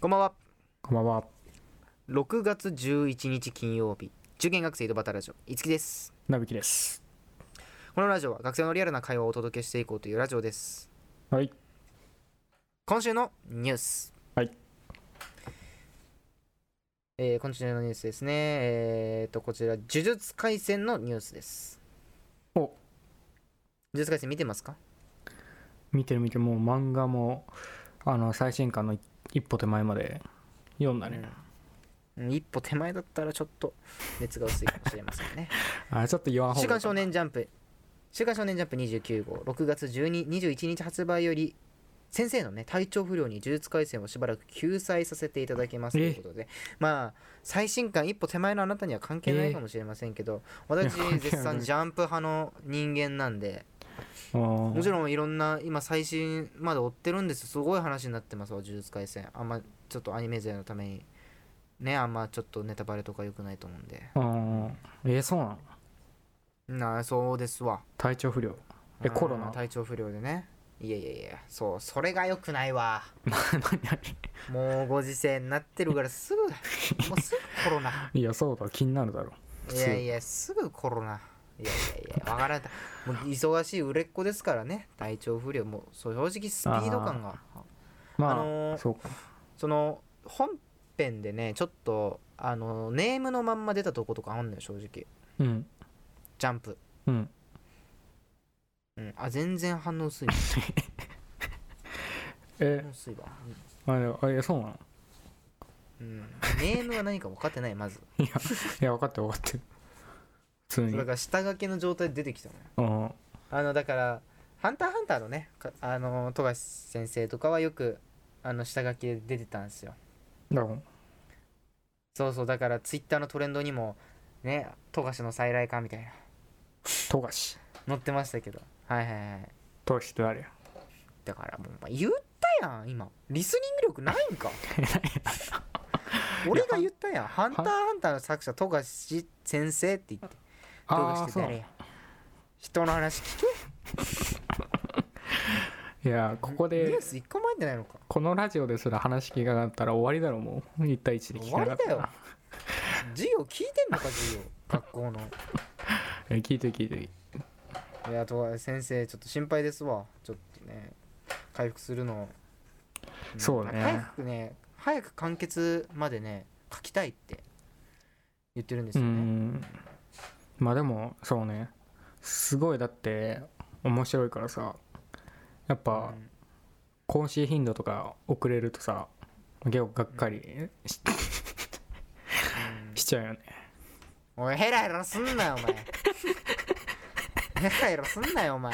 こんばんは。こんばんは。 6月11日金曜日、受験学生井戸端ラジオ、いつきです。なびきです。このラジオは学生のリアルな会話をお届けしていこうというラジオです。はい。今週のニュース。はい。えー、今週のニュースですね。えー、と、こちら、呪術廻戦のニュースです。お呪術廻戦見てますか見てる見てるもう漫画もあの最新刊の一一歩手前まで読んだね。うん一歩手前だったらちょっと熱が薄いかもしれませんね。あちょっと言わん方週が刊少年ジャンプ週刊少年ジャンプ29号6月12 21日発売より先生のね体調不良に呪術廻戦をしばらく休載させていただきますといえうことでまあ最新刊一歩手前のあなたには関係ないかもしれませんけど私いや関係ない絶賛ジャンプ派の人間なんでももちろんいろんな今最新まで追ってるんですよすごい話になってますわ呪術廻戦あんまちょっとアニメ勢のためにねあんまちょっとネタバレとか良くないと思うんでん。うんえそうなの。なあそうですわ体 調不良。えうんコロナ。体調不良でねいやいやいやそうそれが良くないわ何 何もうご時世になってるからすぐ もうすぐコロナいやそうだ気になるだろ普い通やいやすぐコロナいやいやいやわからんたもう忙しい売れっ子ですからね体調不良もうそう正直スピード感がう。まあ、あのーそうか。その本編でねちょっとあのネームのまんま出たとことかあんのよ正直うんジャンプ、うん。うん、あ全然反応薄いわえ反応薄いわ、あれあえそうなの。うん、ネームは何か分かってないまずいや分かってる分かってる。普通だに。から下書きの状態で出てきたのようんあのだから「ハンターハンター」のねかあの富樫先生とかはよくあの下書きで出てたんですよだからそうそうだからツイッターのトレンドにもね富樫の再来かみたいな富樫載ってましたけどはいはいはい富樫って誰や。だからもう、まあ言ったやん今リスニング力ないん か俺が言ったやん「ハンターハンター」の作者富樫先生って言って富あ樫あってそうな誰の。や人の話聞けいやここニュでー。ス一個前じゃないのかこのラジオですら話聞かなかったら終わりだろもう1対1で聞終かわなりかっだたよら授業聞いてんのか授業学校のえ聞いて聞いていや、とは先生、ちょっと心配ですわ。ちょっとね、回復するの。んそうね早くね、早く完結までね、書きたいって言ってるんですうよね。んまあでもそうねすごいだって面白いからさやっぱうん更新頻度とか遅れるとさ結構がっかりししちゃうよねおい、ヘラヘラすんなよ、お前。 ヘラヘラすんなよ、お前。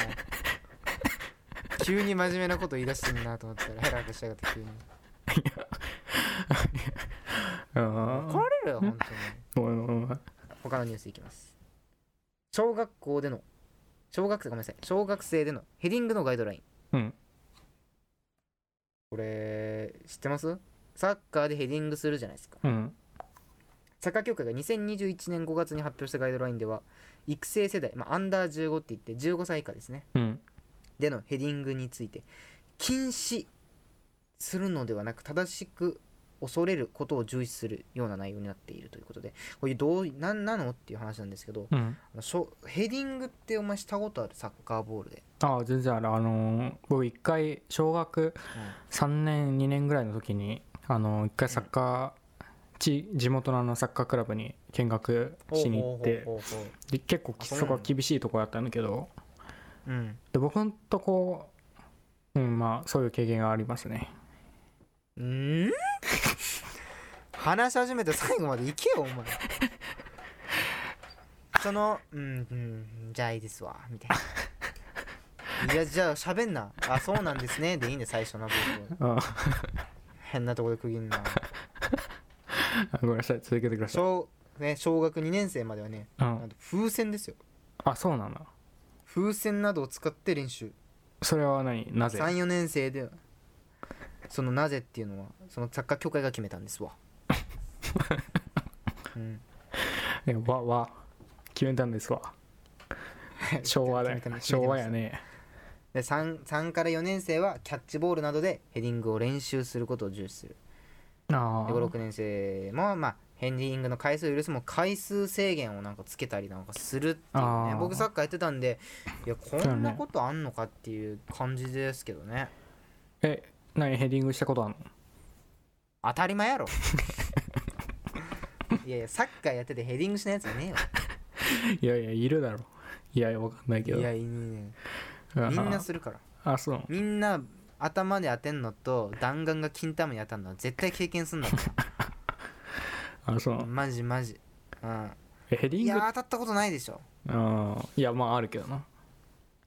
急に真面目なこと言い出してんなと思ったら、ヘラヘラしやがって急に。うん怒られるよ、本当に。うんうん他のニュースいきます小学校での小学生ごめんなさい小学生でのヘディングのガイドラインうんこれ知ってますサッカーでヘディングするじゃないですかうんサッカー協会が2021年5月に発表したガイドラインでは育成世代、まあ、アンダー15って言って15歳以下ですねうんでのヘディングについて禁止するのではなく正しく恐れることを重視するような内容になっているということでこういうどうなんなのっていう話なんですけどうんあのしょヘディングってお前したことあるサッカーボールで、ああ全然あるあのー僕一回小学3年2年ぐらいの時にあの一回サッカー地地元のあのサッカークラブに見学しに行ってほうほうほうほで結構あそうなそんだこは厳しいとこだったんだけどううんで僕んとこうんまあそういう経験がありますねん 話し始めて最後まで行けよお前そのうんうんじゃあいいですわみたいないやじゃあ喋んなあそうなんですねでいいね最初の部分あ 変なとこで区切んなごめんなさい続けてください小,、ね、小学2年生まではねうなんんと風船ですよあそうなんだ風船などを使って練習それは何なぜ34年生でそのなぜっていうのはそのサッカー協会が決めたんです わ、うん、えわわ決めたんで すわ昭和だよ決めた昭和やねで 3, 3から4年生はキャッチボールなどでヘディングを練習することを重視するああ56年生も、まあ、ヘンディングの回数を許すも回数制限をなんかつけたりなんかするっていうあねー僕サッカーやってたんでいやこそうよんなねことあんのかっていう感じですけどねえ何ヘディングしたことあんの当たり前 やろいやいやサッカーやっててヘディングしないやついねいやいやいるだろいやいやわかんないえけよどいやいいねあみんなする からあそうみんな頭で当てんのと弾丸が金玉に当たるのは絶対経験すんだか あそらうマジマジうんえヘディいングや当たったことないでしょうんいやまああるけどな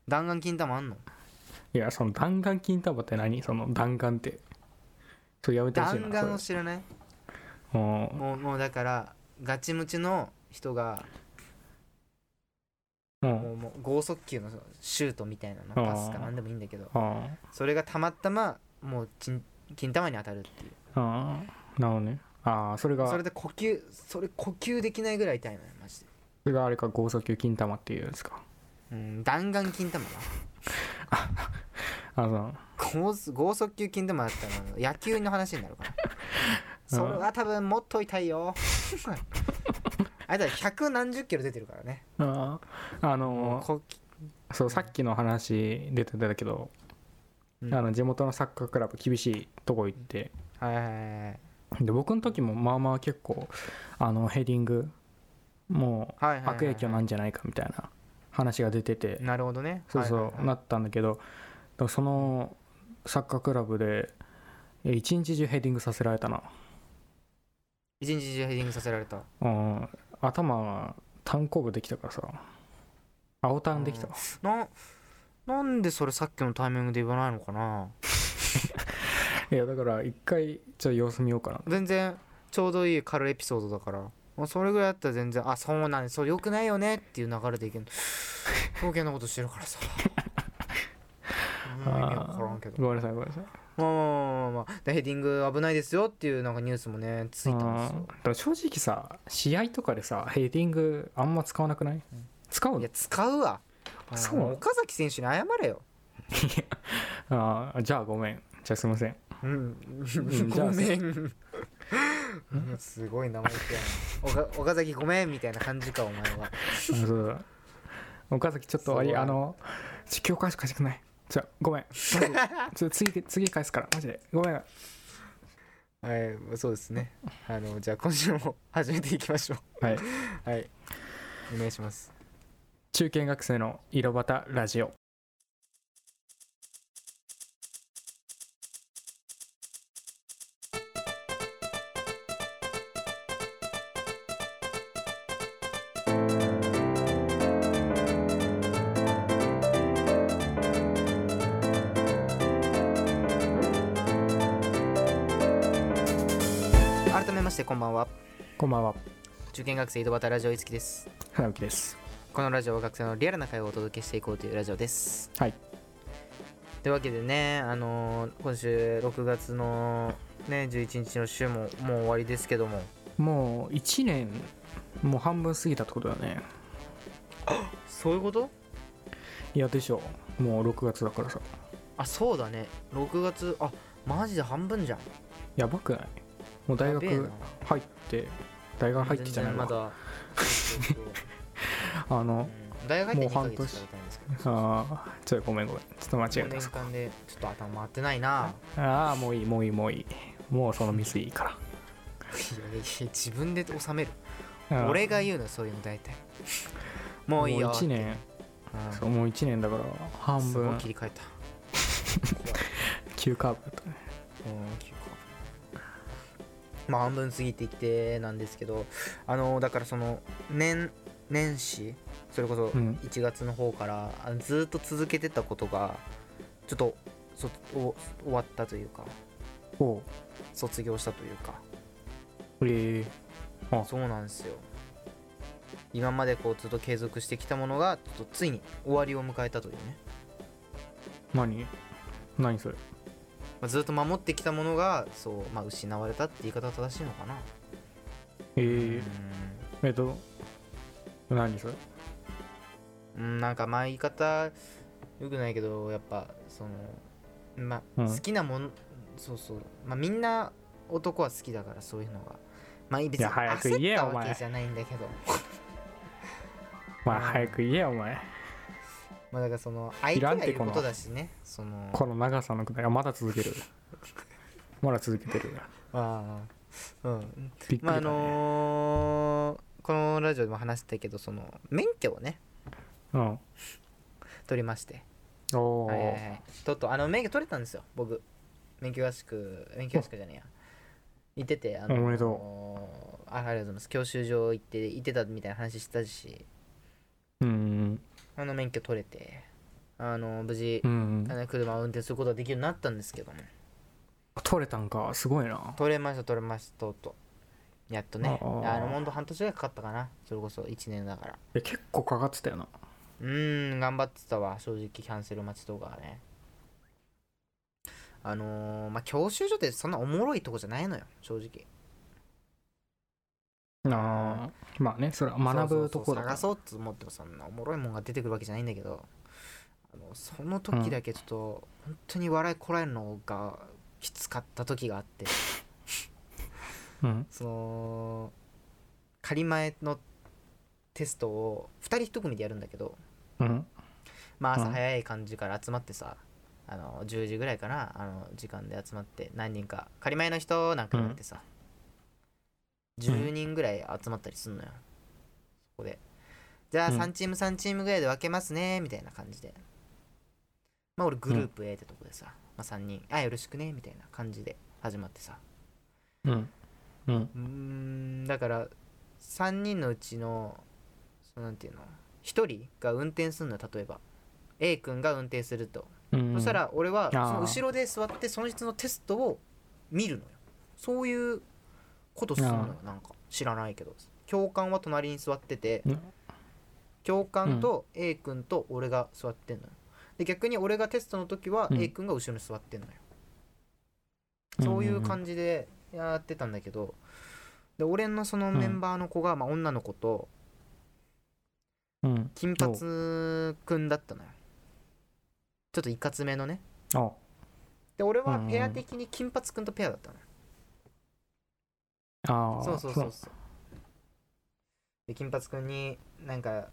弾丸金玉あんのいやその弾丸金玉って何その弾丸ってそれやめてほしいな弾丸をそ知らないれうんもうもうだからガチムチの人がうんもうもう剛速球のシュートみたいなのあーパスかなんでもいいんだけどあそれがたまたまもうちん金玉に当たるっていうあああなるほどねああそれがそそれれで呼吸それ呼吸できないぐらい痛いのよマジで、があれか剛速球金玉っていうんですかうん、弾丸金玉なあそう剛速剛速球金玉だったら野球の話になる からそれは多分もっと痛いよ あれだ百何十キロ出てるからねあああのこそうさっきの話出てたけど、うんあの地元のサッカークラブ厳しいとこ行ってはいはいはいはいで僕の時もまあまあ結構あのヘディングもはいう悪影響なんんじゃないかみたいな話が出ててなるほどねそうはいはいそはういなったんだけどでもそのサッカークラブでえ一日中ヘディングさせられたな、一日中ヘディングさせられたうん、頭単行部できたからさ青タンできたうななんでそれさっきのタイミングで言わないのかないやだから一回ちょっと様子見ようかな全然ちょうどいい軽いエピソードだからもうそれぐらいだったら全然あそうなんですそれよくないよねっていう流れでいけん 冒険なことしてるからさうん意味わからんけどごめんなさいごめんなさいまあまあまあまあまあでヘディング危ないですよっていうなんかニュースもねついたんですうんよだから正直さ試合とかでさヘディングあんま使わなくない使ういのや使うわそうなの岡崎選手に謝れよあーじゃあごめんじゃあすいませんうんじゃごあめん すごい生意気やな岡岡崎ごめんみたいな感じかお前はあのそうだ岡崎ちょっとあすごいれあのちょ今日返し返してくんないじゃあごめんマジでちょっと次次返すからマジでごめんはい、そうですね。あの、じゃあ今週も始めていきましょはい、う。はい。お願いします。中堅学生の色端ラジオ改めまして、こんばんは。こんばんは受験学生井戸端ラジオいつきです。花浮ですこのラジオは学生のリアルな会話をお届けしていこうというラジオです。はいというわけでね、あのー今週6月のね、11日の週ももう終わりですけども。もう1年もう半分過ぎたってことだねそういうこといやでしょもう6月だからさあ、そうだね。6月、あ、マジで半分じゃん。やばくないもう大やべえな学入って大学入ってじゃない全然まわ だ。そうそうそうあのうん大学入って2ヶ月だったんですけど。ああちょっとごめんごめんちょっと間違5えた年間でちょっと頭回ってないなああもういいもういいもういいもうそのミスいいかいやいや自分で収めるらうん俺が言うのそういうの大体もういいよもう1年うんそうもう1年だから半すごい分切り替えた急カーブだったねうん結構まあ半分過ぎてきてなんですけどあのだからその年年始それこそうん1月の方からあのずーっと続けてたことがちょっとそお終わったというかおう卒業したというかえあそうなんですよ今までこうずっと継続してきたものがちょっとついに終わりを迎えたというね、何何それまあずっと守ってきたものがそう、まあ、失われたって言い方は正しいのかなえうー、えっと何それーんうんなんかまあ言い方よくないけどやっぱそのまあうん好きなもの、そうそうまあみんな男は好きだからそういうのがまあ別いにや早く言え焦よったおわ前けじゃないんだけどまあ早く言えよお前まあだからその相手がいることだしねそのこの長さのくだりあまだ続けるまだ続けてるああうんびっくりまああだね、のーこのラジオでも話したけどその免許をね取りましてうんおお、はいはいはいちょっとあの免許取れたんですよ僕免許合宿免許合宿じゃねえ や行っててあのおめでとうあありがとうございます教習所行って行ってたみたいな話したしうんあの免許取れてあの無事うん、うんあ、の車を運転することができるようになったんですけども取れたんかすごいな取れました取れましたとうとうやっとねあーあのほんと半年ぐらいかかったかなそれこそ1年だからえ結構かかってたよなうーん頑張ってたわ正直キャンセル待ちとかはねあのーまあ教習所ってそんなおもろいとこじゃないのよ正直あーまあねそれは学ぶところだからそうそうそう探そうと思ってもそんなおもろいもんが出てくるわけじゃないんだけどあのその時だけちょっと、本当に笑いこらえるのがきつかった時があってうんその仮前のテストを2人1組でやるんだけどうんまあうん朝早い感じから集まってさ、あの10時ぐらいかなあの時間で集まって何人か仮前の人なんかになってさ、10人ぐらい集まったりすんのよそこでじゃあうん3チーム3チームぐらいで分けますねみたいな感じでまあ俺グループ A ってとこでさ、まあ、3人あよろしくねみたいな感じで始まってさうんうんうーんだから3人のうちのそのなんていうの1人が運転するのよ例えば A 君が運転すると、うんそしたら俺はあそーの後ろで座ってその人のテストを見るのよそういうことするのよなんか知らないけど教官は隣に座っててうん教官と A 君と俺が座ってんのよで逆に俺がテストの時はうん A 君が後ろに座ってんのよ、そういう感じでやってたんだけどで俺のそのメンバーの子が、まあ、女の子とうんうん金髪くんだったのよちょっといかつめのねあで俺うはんうんペア的に金髪くんとペアだったのよ、あーそうそうそうそうで金髪くんになんか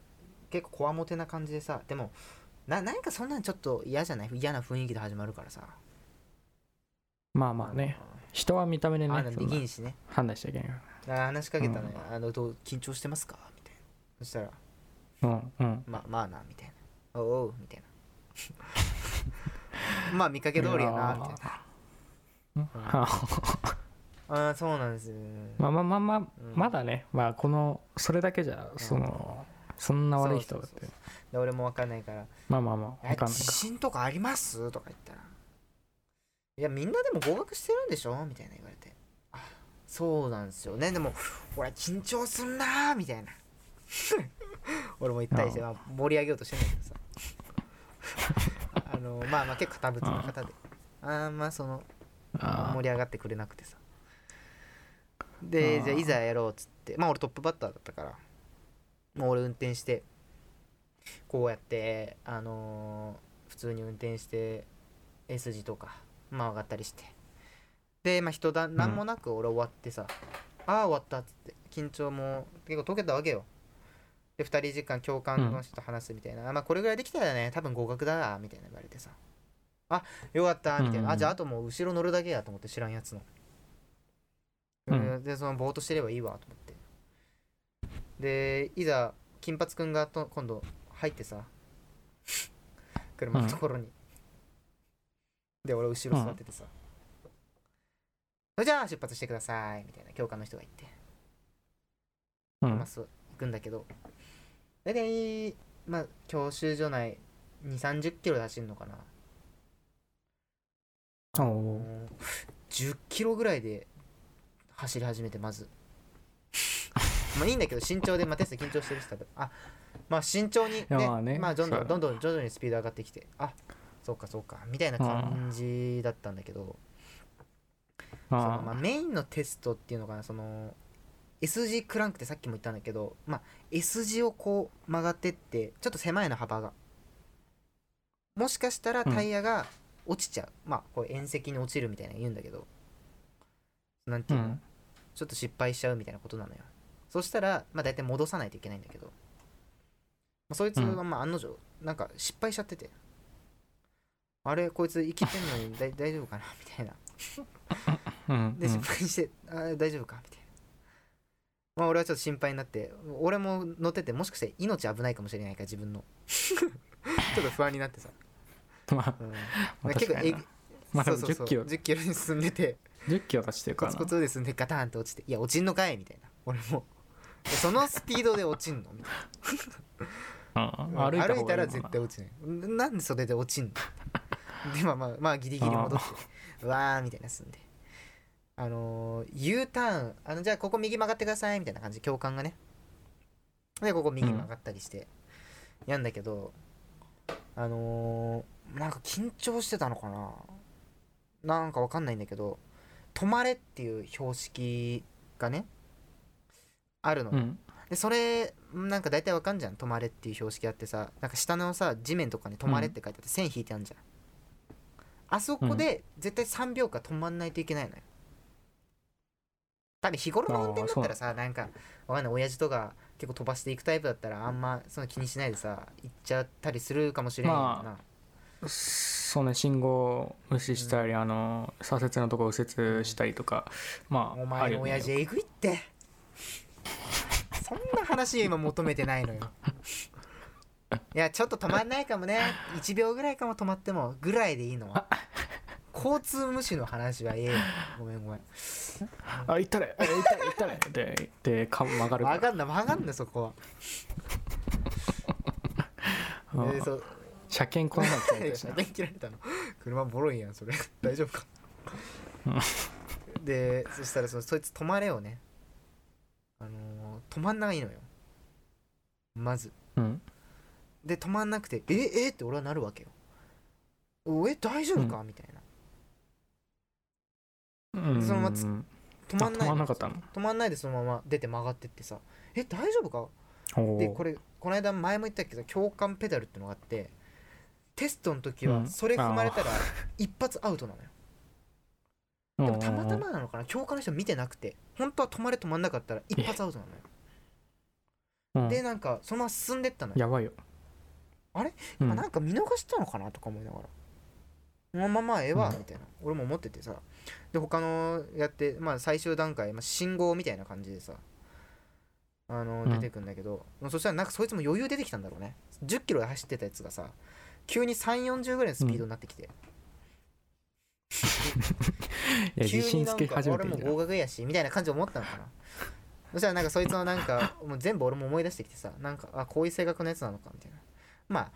結構こわもてな感じでさでもな何かそんなんちょっと嫌じゃない嫌な雰囲気で始まるからさまあまあね人は見た目であねなんそでんきなんしね判断しちゃいけないかだから話しかけたのよ、あのどう緊張してますかみたいなそしたららうんうんまあまあなみたいなお うおうみたいなまあ見かけ通りやなみたいうんな、あーああーそうなんですまあまあまあまあうんまだねまあこのそれだけじゃそのそんな悪い人だっそうそうてで俺も分かんないからまあまあま「あわえかんない自か信とかあります?」とか言ったら「いやみんなでも合格してるんでしょ?」みたいな言われて「あそうなんですよねでも俺緊張すんな」みたいな 俺も言ったりして、まあ、盛り上げようとしてんだけどさあのまあまあ結構堅物な方であーまあそのあ盛り上がってくれなくてさであーじゃあいざやろうっつってまあ俺トップバッターだったからもう俺運転してこうやってあのー普通に運転して S 字とかまあ上がったりしてでまあ人だ何もなく俺終わってさ、ああ終わったっつって緊張も結構解けたわけよで2人時間教官の人と話すみたいな、あまあこれぐらいできたらね多分合格だみたいな言われてさあよかったみたいな、うんうんあじゃああともう後ろ乗るだけやと思って知らんやつの、うんうんでそのぼーっとしてればいいわと思ってでいざ金髪くんがと今度入ってさ 車のところに、で俺後ろ座っててさ、それじゃあ出発してくださいみたいな教官の人が言って、あうまんあそう行くんだけど大体まあ教習所内2 3 0キロで走るのかなおお10キロぐらいで走り始めてま ずまあいいんだけど慎重で、まあ、テスト緊張してるし多分あまあ慎重にねやまあねまあどんどそんうどんどん徐々にスピード上がってきてあそうかそうかみたいな感じだったんだけどそのまあ、あメインのテストっていうのかなその S 字クランクってさっきも言ったんだけど、まあ、S 字をこう曲がってってちょっと狭いの幅がもしかしたらタイヤが落ちちゃう、まあこれ縁石に落ちるみたいなの言うんだけどなんてういうの、んちょっと失敗しちゃうみたいなことなのよそしたらまあ大体戻さないといけないんだけど、まあ、そいつはまあ案の定なんか失敗しちゃってて、あれこいつ生きてんのにだい大丈夫かなみたいなうんで失敗して、あー大丈夫かみたいなまあ俺はちょっと心配になって俺も乗っててもしかして命危ないかもしれないから自分の ちょっと不安になってさ、うんまあうんまあ結確構かえにぐなまあでそもうそうそう10キロ10キロに進んでて10キロ立ちてる コからツなコツですんでガタンって落ちて「いや落ちんのかい」みたいな俺 も「そのスピードで落ちんの?」みたいうんな歩いた歩いた方がいらいもんな絶対落ちないんなんでそれで落ち んのでまあまあまあギリギリ戻ってわーみたいなすんであのー U ターンあのじゃあここ右曲がってくださいみたいな感じで教官がねでここ右曲がったりして、やんだけどあのーなんか緊張してたのかななんかわかんないんだけど「止まれ」っていう標識がねあるの、うんでそれなんか大体わかんじゃん「止まれ」っていう標識あってさなんか下のさ地面とかに「止まれ」って書いてあって線引いてあるじゃん、あそこで絶対3秒間止まんないといけないのよ多分日頃の運転だったらさなんかわかんない親父とか結構飛ばしていくタイプだったらあんまその気にしないでさ行っちゃったりするかもしれないな、まそうね信号無視したり、あの左折のとこ右折したりとか、まあお前の親父あるよねえぐいってそんな話今求めて ないのよいやちょっと止まんないかもね1秒ぐらいかも止まってもぐらいでいいの交通無視の話はええよごめんごめんあ行っ たれあ行ったれ行ったれででか曲がるから分かんない分かんないそこは、うえんー、そう車検この前来たりとかし車 な検切られたの車ボロいやんそれ 大丈夫かでそしたらそのそいつ止まれをねあのー止まんないのよまずうんで止まんなくて「ええって俺はなるわけよおえ大丈夫かみたいなうんそのままつ止まんないあ止まんなかったの止まんないでそのまま出て曲がってってさ「え大丈夫か?」おでーこれこの間前も言ったけど共感ペダルってのがあってテストの時はうんそれ踏まれたら一発アウトなのよ、でもたまたまなのかな教科の人見てなくて本当は止まれ止まんなかったら一発アウトなのようんうんでなんかそのまま進んでったのよやばいよあれ、うんあなんか見逃したのかなとか思いながらまあまあまあええわうんみたいな、俺も思っててさで他のやって、まあ、最終段階、まあ、信号みたいな感じでさあのうん出てくんだけど、そしたらなんかそいつも余裕出てきたんだろうね1 0キロで走ってたやつがさ急に3 4 0ぐらいのスピードになってき て、いや急自に信なつんけか始め俺てもるじゃん合格やしみたいな感じで思ったのかな そしたらなんかそいつのなんかもう全部俺も思い出してきてさなんかあこういう性格のやつなのかみたいなまあ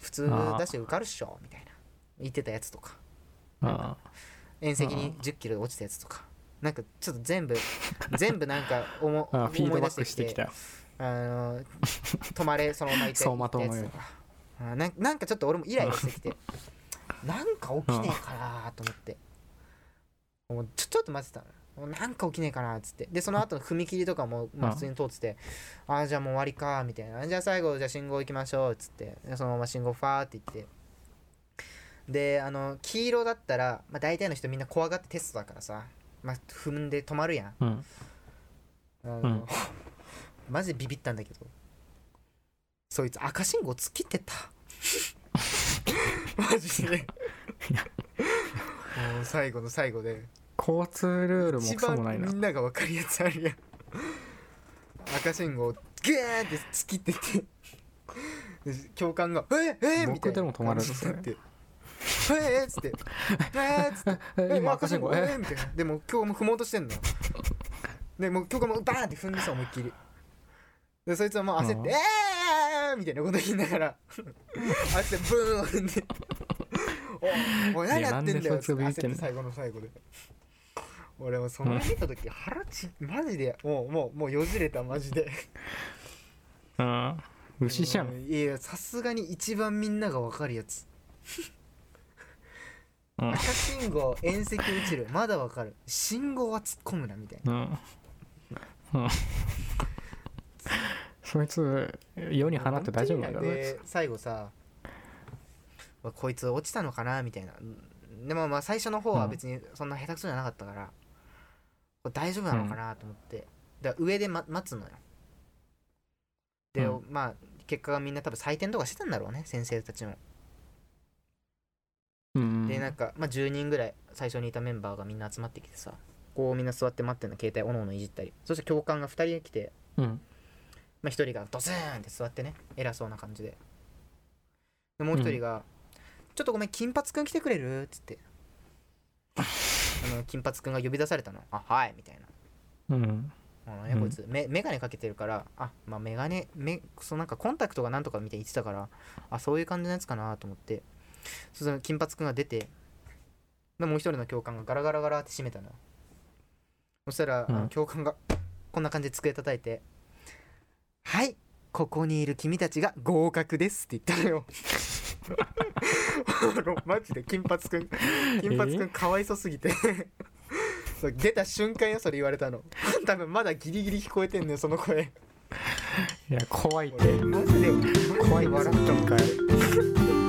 普通だし受かるっしょみたいな言ってたやつとかあ縁石に1 0キロで落ちたやつとかなんかちょっと全部全部なんか思 ああフィー思ドい出バしッてクきしててきたあの止まれそのまま行走馬って灯やのつようとにかあなんなんかちょっと俺もイライラしてきてなんか起きねえかなと思ってもうちょちょっと待ってたのもうなんか起きねえかなっつってでその後の踏切とかも、まあ、うん普通に通っててああじゃあもう終わりかみたいなあじゃあ最後じゃあ信号行きましょうっつってでそのまま信号ファーって行ってであの黄色だったら、まあ、大体の人みんな怖がってテストだからさ、まあ、踏んで止まるやんうんあの、 うんマジでビビったんだけどそいつ赤信号突きって たマジでもう最後の最後で交通ルールも一クソ番もないなみんなが分かるやつあるやん赤信号グーンって突きっててで教官が「えええみたいな僕でも止まる感んでじにすなねって「ええっ つって「えっつってえ今赤信号ええみたいなでも今日も踏もうとしてんのでもう今日もバーンって踏んでさ思いっきりでそいつはもう焦って「うんえー!」みたいなこと言いながら 焦ってブーン踏んで「おおい何いややってんだよ」なんでそ焦いつがビビっってんての最後の最後で俺もその見た時腹ちマジでもうもうもうよじれたマジでうん牛じゃんういやさすがに一番みんなが分かるやつうん赤信号縁石落ちるまだ分かる信号は突っ込むなみたいなうん うんそいつ世に放って大丈夫なんだろうで最後さ、まあこいつ落ちたのかなみたいなでもまあ最初の方は別にそんな下手くそじゃなかったから、これ大丈夫なのかなと思って、だから上で、ま、待つのよで、うまあ結果がみんな多分採点とかしてたんだろうね先生たちもうんでなんか、まあ、10人ぐらい最初にいたメンバーがみんな集まってきてさこうみんな座って待ってんの携帯おのおのいじったりそして教官が2人来て、うんまあ、1人がドスーンって座ってね偉そうな感じででもう1人が、ちょっとごめん金髪くん来てくれる?」っつってあの金髪くんが呼び出されたの「あはい」みたいなうんあのねうんこいつめ眼鏡かけてるからあまあ眼鏡めそうなんかコンタクトがなんとかみたいに言ってたからあそういう感じのやつかなと思ってその金髪くんが出てでもう一人の教官がガラガラガラって閉めたのそしたら、あのうん教官がこんな感じで机叩いて「はいここにいる君たちが合格です」って言ったのよあのマジで金髪 くん金髪くんかわいそすぎてそう出た瞬間よそれ言われたの多分まだギリギリ聞こえてんのよその声いや怖いって俺マジで怖い笑った今回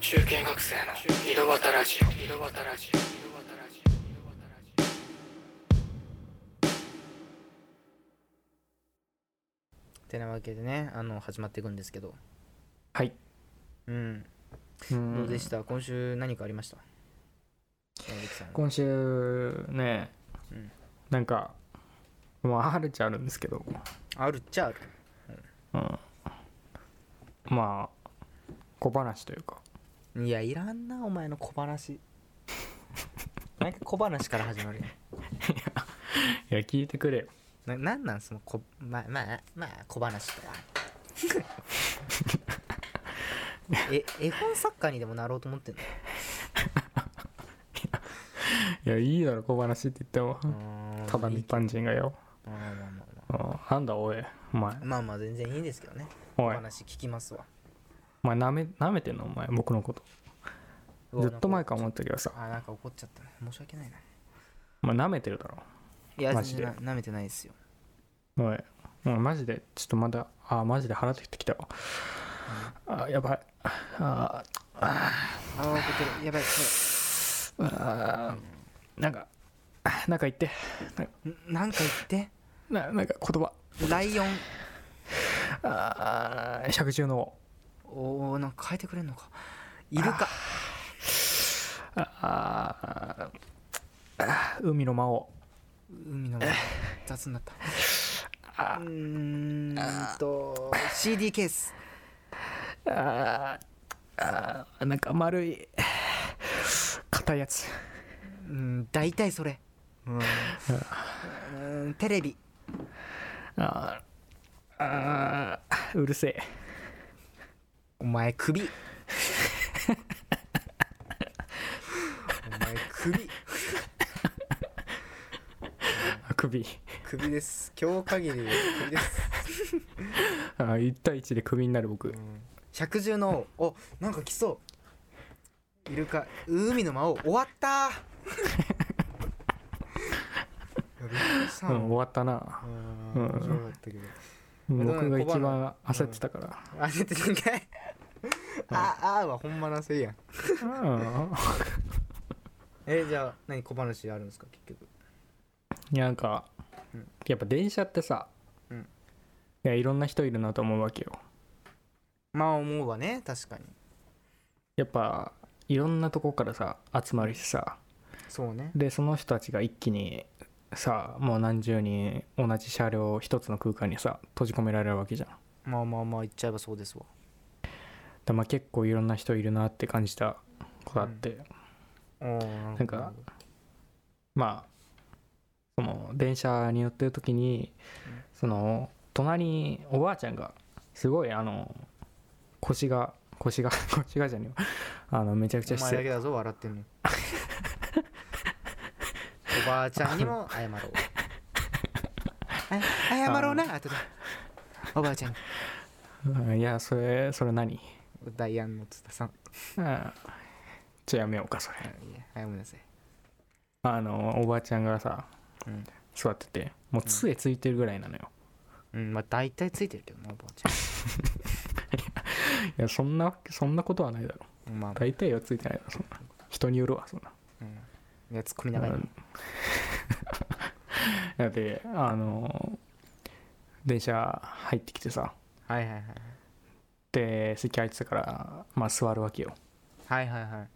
中堅学生の井戸端ラジオ井戸端ラジオ井戸端ラジオ井戸端ラジオてなわけでねあの始まっていくんですけどはいうんうんどうでした今週何かありました山口さん今週ね、うんなんかまああるっちゃあるんですけど、あるっちゃあるうん、まあ小話というかいやいらんなお前の小話 なんか小話から始まるよいや聞いてくれよななんなんそのこまあまあまあ小話 とはえ絵本作家にでもなろうと思ってんのいやいいだろ小話って言ってもうーんただ一般人がよまあまあまあまあうんなんだおいお前まあまあ全然いいんですけどね。おおい話聞きますわ。お前なめ舐めてんのお前僕のことうわずっと前から思ってたけどさなんかあ、なんか怒っちゃったね。申し訳ないな。お前舐めてるだろいや、マジで全然な舐めてないですよ。おいお前マジでちょっとまだあマジで腹立ってきたわあやばいあああ、怒ってる。やばい。あなんかなんか言ってそうななんか言って。ななんか言葉ライオン。あー百獣の王おお、なんか変えてくれんのか。イルカ。あーあー海の魔王海の上雑になった。うーんと、CD ケース。あーあーなんか丸い硬いやつうん、大体それ。うんうん、テレビ。あーあーうるせえお前首お前首あ首首です今日限りで首ですあー1対1で首になる僕百獣の王おなんか来そうイルカ海の魔王終わったーいやびっくりしたうん、な終わったなうん面白かったけど僕が一番焦ってたから、焦ってたんかいああーはほんまなせいやんうんえじゃあ何小話あるんですか結局いやなんかうんやっぱ電車ってさ、うんいやいろんな人いるなと思うわけよまあ思うわね確かにやっぱいろんなとこからさ集まるしさそうねでその人たちが一気にさもう何十人同じ車両一つの空間にさ閉じ込められるわけじゃんまあまあまあ言っちゃえばそうですわで、まあ、結構いろんな人いるなって感じたことあって、ななんかまあその電車に乗ってる時にその隣におばあちゃんがすごいあの腰が腰が 腰がじゃねえわあのめちゃくちおゃ前失だけ礼だぞ笑ってんの おばあちゃんにも謝ろうあ謝ろうな後でおばあちゃんにうんいやそれそれ何ダイアンの津田さんうんじゃあやめようかそれあいやあごめんなさいあのおばあちゃんがさ、うん座っててもう杖ついてるぐらいなのよ、うんまあ大体ついてるけどなおばあちいやそんなそんなことはないだろゃんまあ大体はついてないだろそんな人によるわそんないやツッコミ長いなうんだ ってあの電車入ってきてさはいはいはいで席空いてたからまあ座るわけよはいはいはいはい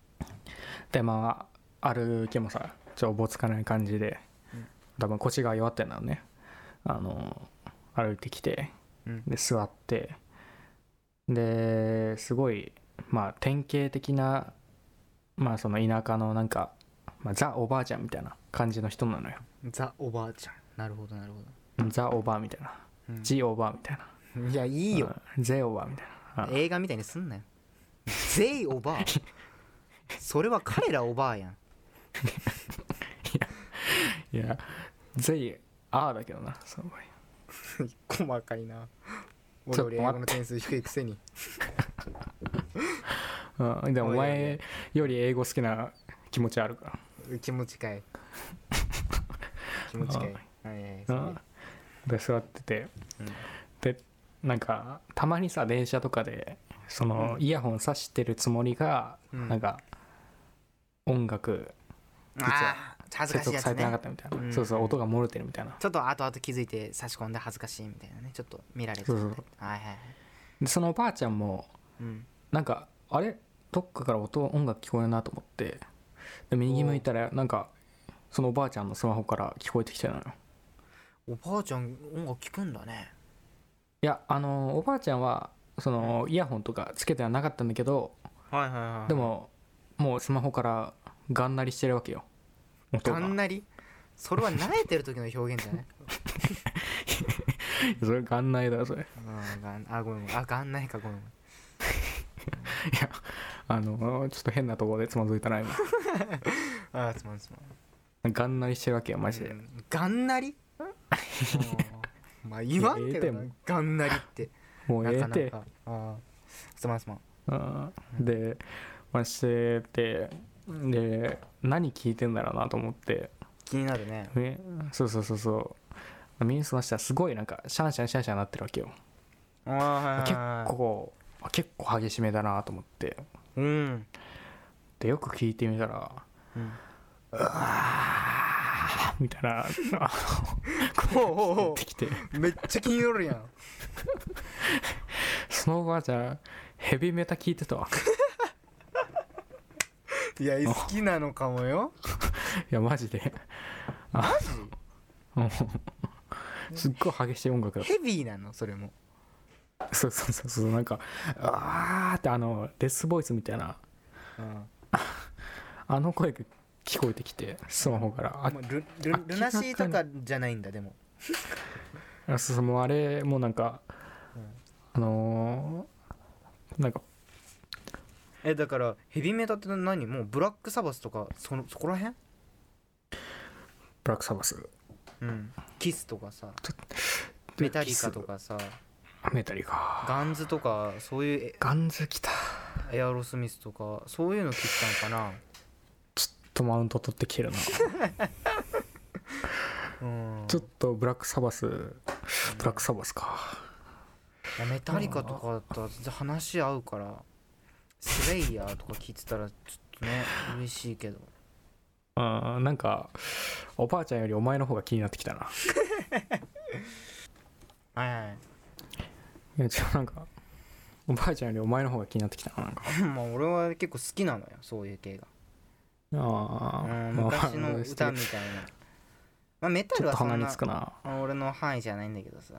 でまあ歩きもさちょっとおぼつかない感じで、うん多分腰が弱ってんだろうねあの歩いてきてうんで座ってですごいまあ典型的なまあその田舎のなんか、まあ、ザ・おばあちゃんみたいな感じの人なのよザおばあちゃんなるほどなるほどザ・おばあみたいな、うんジ・おばあみたいないやいいようんゼ・おばあみたいな、うん映画みたいにすんなよ 全員おば あそれは彼らおばあやんいやゼ・アーだけどなその場合細かいなちょっと待っ俺より英て語の点数低いくせにうん、でもおおいおいお前より英語好きな気持ちあるか気持ちか い気持ちかいはいはいら、、そううんで座ってて、でなんかたまにさ電車とかでその、イヤホンさしてるつもりが、うんなんか音楽ねあー恥ず接かしい続やさつれてなかねったみたいうな、んそうそう音が漏れてるみたいなちょっと後々気づいて差し込んで恥ずかしいみたいなねちょっと見られちゃそっうてそはいはういはいでそのおばあちゃんもうんなんかあれどっかから音音楽聞こえるなと思ってで右向いたらなんかそのおばあちゃんのスマホから聞こえてきてたのよおばあちゃん音楽聴くんだねいやあのおばあちゃんはそのイヤホンとかつけてはなかったんだけどはいはいはでももうスマホからがんなりしてるわけよ音ががんなりそれは慣れてる時の表現じゃないそれがんなりだよそれうんがんあごめんごめんあがんないかごめんごめんあのちょっと変なところでつまずいたな今あすまんすまんがんなりしてるわけよマジでうんがんなりうんまあ言わんけいやええてどなもがんなりってもうなええかなてかあーすまんすまんうんでまあしててで何聞いてんだろうなと思って気になるねねそうそうそうそう耳澄ましたらすごいなんかシャンシャンシャンシャンなってるわけよ結あ結構構あ結構激しめだなと思ってうんでよく聞いてみたらうんあみたいなあほうほうのほってきてうめっちゃ気になるやんそのおばあちゃんヘビメタ聞いてたわいや好きなのかも よいやマジでマジうんすっごい激しい音楽だっヘビーなのそれもたそうそうそうそうなんかあーってあのデスボイスみたいなうんあの声が聞こえてきてスマホからあまあルルルナシーとかじゃないんだでもあそうそうもうあれもうなんか、あのーなんかえだからヘビメタって何もうブラックサバスとかそのそこら辺ブラックサバスうんキスとかさちょメタリカとかさメタリカガンズとかそういうガンズ来たエエアロスミスとかそういうの聞いたのかちょっとマウント取ってきてる ななうんちょっとブラックサバスブラックサバスかいやメタリカとかだったら全然話合うからスレイヤーとか聞いてたらちょっと ね嬉しいけどうんなんかおばあちゃんよりお前の方が気になってきたなはいはいいや違うなんかおばあちゃんよりお前の方が気になってきたななんか まあ俺は結構好きなのよそういう系があうあん昔の歌 ちみたいなまあメタょルっはとそ鼻んになつくな俺の範囲じゃないんだけどさ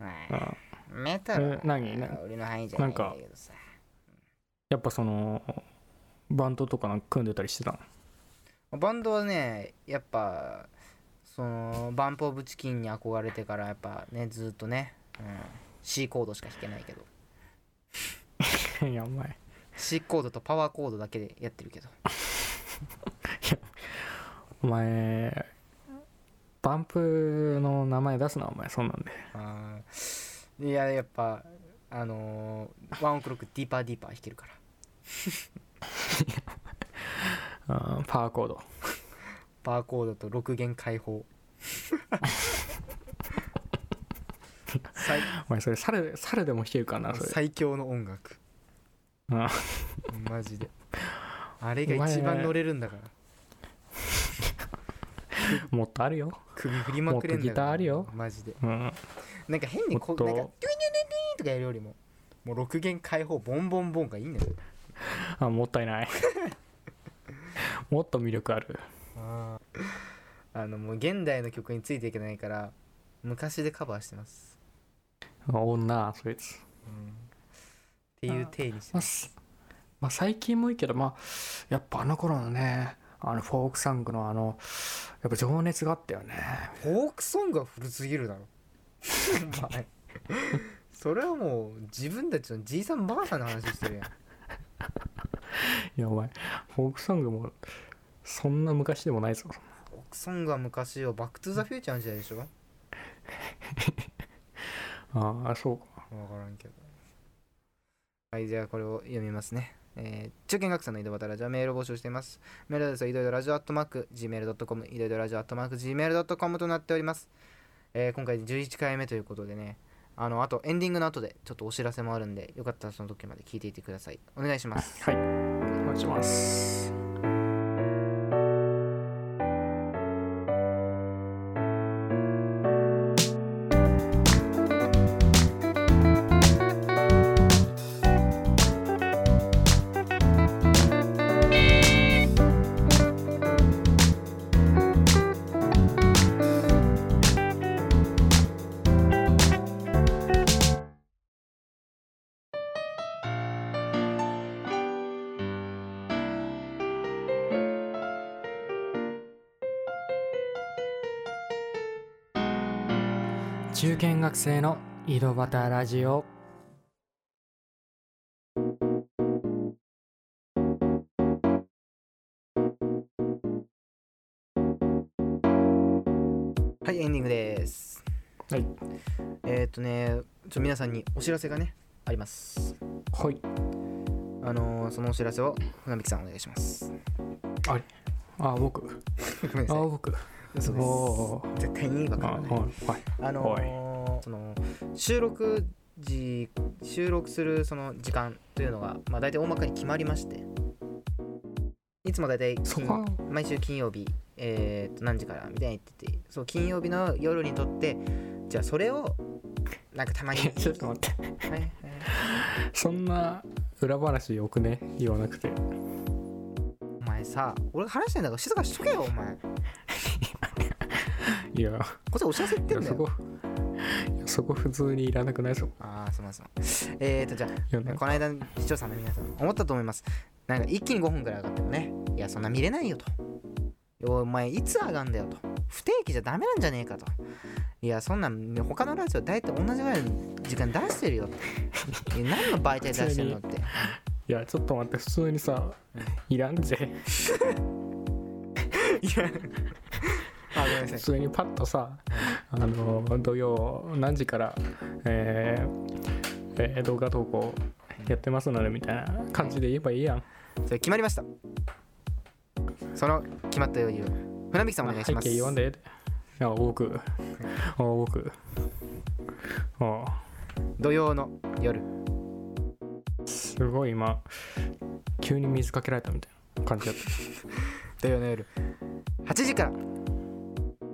うはんいメタルはえ何な俺の範囲じゃないんだけどさやっぱそのバンドとかなんか組んでたりしてたのバンドはねやっぱそのバンプ・オブ・チキンに憧れてからやっぱねずっとね、うん、C コードしか弾けないけど いやお前 C コードとパワーコードだけでやってるけどお前バンプの名前出すなお前そうなんであーいややっぱあのーワンオクロックディーパーディーパー弾けるからあーパーコードバーコードと6弦解放最お前それ猿猿でも弾けるかなそれ最強の音楽うんマジであれが一番乗れるんだからもっとあるよ首振りまくれんだもっとギターあるよマジでうんなんか変にこもっうとなんかドゥイニュニュニュニュとかやるよりももう6弦解放ボンボンボンがいいんだよあもったい ないもっと魅力あるあのもう現代の曲についていけないから昔でカバーしてます、女そいつっていう体にしてまあますすまあ、最近もいいけど、まあ、やっぱあの頃のねあのフォークサングのあのやっぱ情熱があったよねフォークソングは古すぎるだろお前それはもう自分たちのじいさんばあさんの話してるやんいやお前フォークソングもそんな昔でもないぞフォークソングは昔よバック・トゥ・ザ・フューチャーの時代でしょわああそうかからんけどはいじゃあこれを読みますねえー、中堅学生の井戸端ラジオメールを募集していますメールアドレスは井戸端ラジオアットマーク Gmail.com 井戸端ラジオアットマーク Gmail.com となっております、えー今回11回目ということでねあのあとエンディングの後でちょっとお知らせもあるんでよかったらその時まで聞いていてくださいお願いしますはいお願いします中堅学生の井戸端ラジオはい、エンディングです。はい。えーっ、とね、ちょっと皆さんにお知らせがね、あります。はいあのーそのお知らせを船引さんお願いし ます。あ僕ごめんあなさい。僕嘘ですお絶対にわあからはいない。はいあのーその収録時収録するその時間というのが、まあ、大体大まかに決まりましていつも大体金そこは毎週金曜日、えーと何時からみたいに言っててそう金曜日の夜にとってじゃあそれをなんかたまにちょっと待ってはいはいそんな裏話よくね言わなくてお前さ俺が話してんだから静かにしとけよお前こいやっちはお知らせ言ってんだそよこいやそこ普通にいらなくないぞああすみませんえーとじゃあいやなんかこの間視聴者の皆さん思ったと思いますなんか一気に5分くらい上がってもねいやそんな見れないよとお前いつ上がんだよと不定期じゃダメなんじゃねえかといやそんなん他のラジオ大体同じぐらいの時間出してるよって いや何の媒体出してるのっていやちょっと待って普通にさいらんぜいやあごめんなさ普い通にパッとさあの土曜何時から、えーえー動画投稿やってますのでみたいな感じで言えばいいやんそれ決まりましたその決まったように船引さんお願いし背ます景読んであ僕あ僕あ土曜の夜すごい今急に水かけられたみたいな感じだっ土曜の夜8時から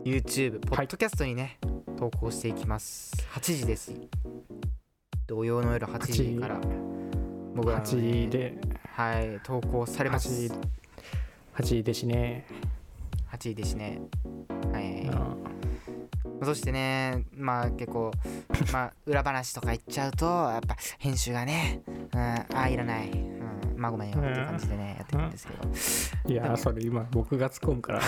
YouTube ポッドキャストにね、投稿していきます8時です土曜の夜8時から僕たらのね、 8時ではい投稿されます8時8時ですね8時ですねはいあそしてねまあ結構 まあ裏話とか言っちゃうとやっぱ編集がね、うん、ああいらない、うん、まあごめんよっていう感じでねやっていくんですけどいやそれ今僕が突っ込むから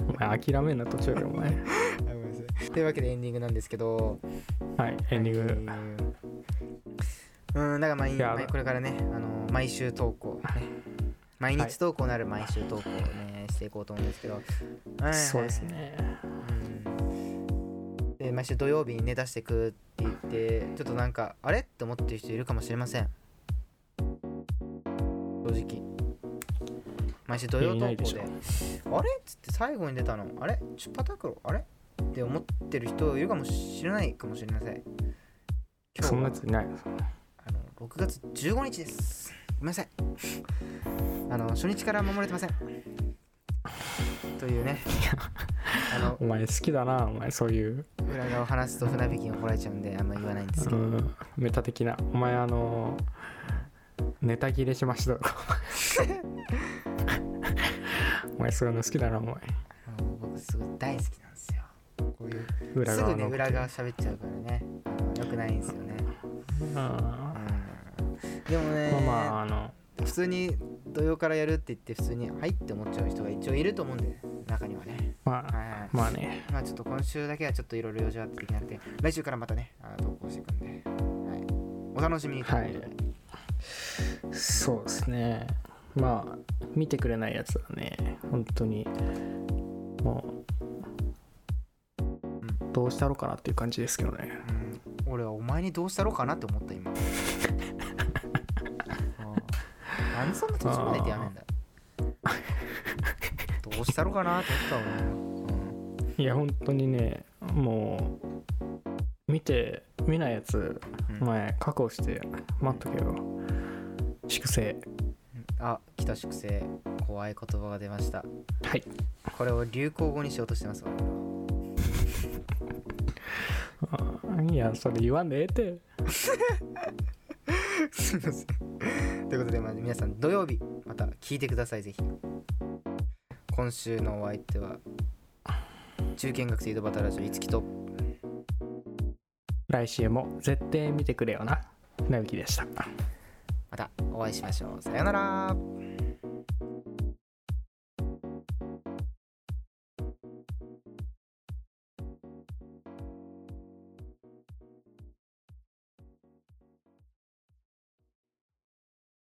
お前 お前諦めんな途中でお前あごめんなさいというわけでエンディングなんですけどはいエンディングうんだからまあいや毎これからねあの毎週投稿ね毎日投稿なる毎週投稿をね、していこうと思うんですけど、はいはいそうですねうんで毎週土曜日にね出してくって言ってちょっとなんかあれって思ってる人いるかもしれません正直毎週土曜い投やいないで稿しでょあれっつって最後に出たのあれチュッパタクロあれって思ってる人いるかもしれないかもしれません今そ日んなやはついないあの6月15日ですごめんなさいあの初日から守れてませんというねあのお前好きだなお前そういう、裏側を話すと船引きに怒られちゃうんであんま言わないんですけうど、ん、メタ的なお前あのネタ切れしました とかお前お前そういうの好きだなお前あの僕すごい大好きなんですよこういう裏すぐ側ねの裏側喋っちゃうからねよくないんですよね、うんまうん、でもね、あまああの普通に土曜からやるって言って普通に「はい」って思っちゃう人が一応いると思うんで中にはねまはいあはいまあねまあちょっと今週だけはちょっといろいろ用事があってできなくて来週からまたねあの投稿していくんで、はい、お楽しみにということで、はいそうですねまあ見てくれないやつはね本当にもうどうしたろうかなっていう感じですけどねうん、俺はお前にどうしたろうかなって思 った今ああなんでそんな途中までってやめんだどうしたろうかなって思ったわ、いや本当にねもう見て見ないやつうんお前確保して待っとけよ粛清あ来た粛清怖い言葉が出ましたはいこれを流行語にしようとしてます俺はあいやそれ言わんでええって すいません。ということで、まあ、皆さん土曜日また聞いてくださいぜひ。今週のお相手は中堅学生井戸端ラジオいつきと来週も絶対見てくれよななゆきでしたまたお会いしましょう。さようなら。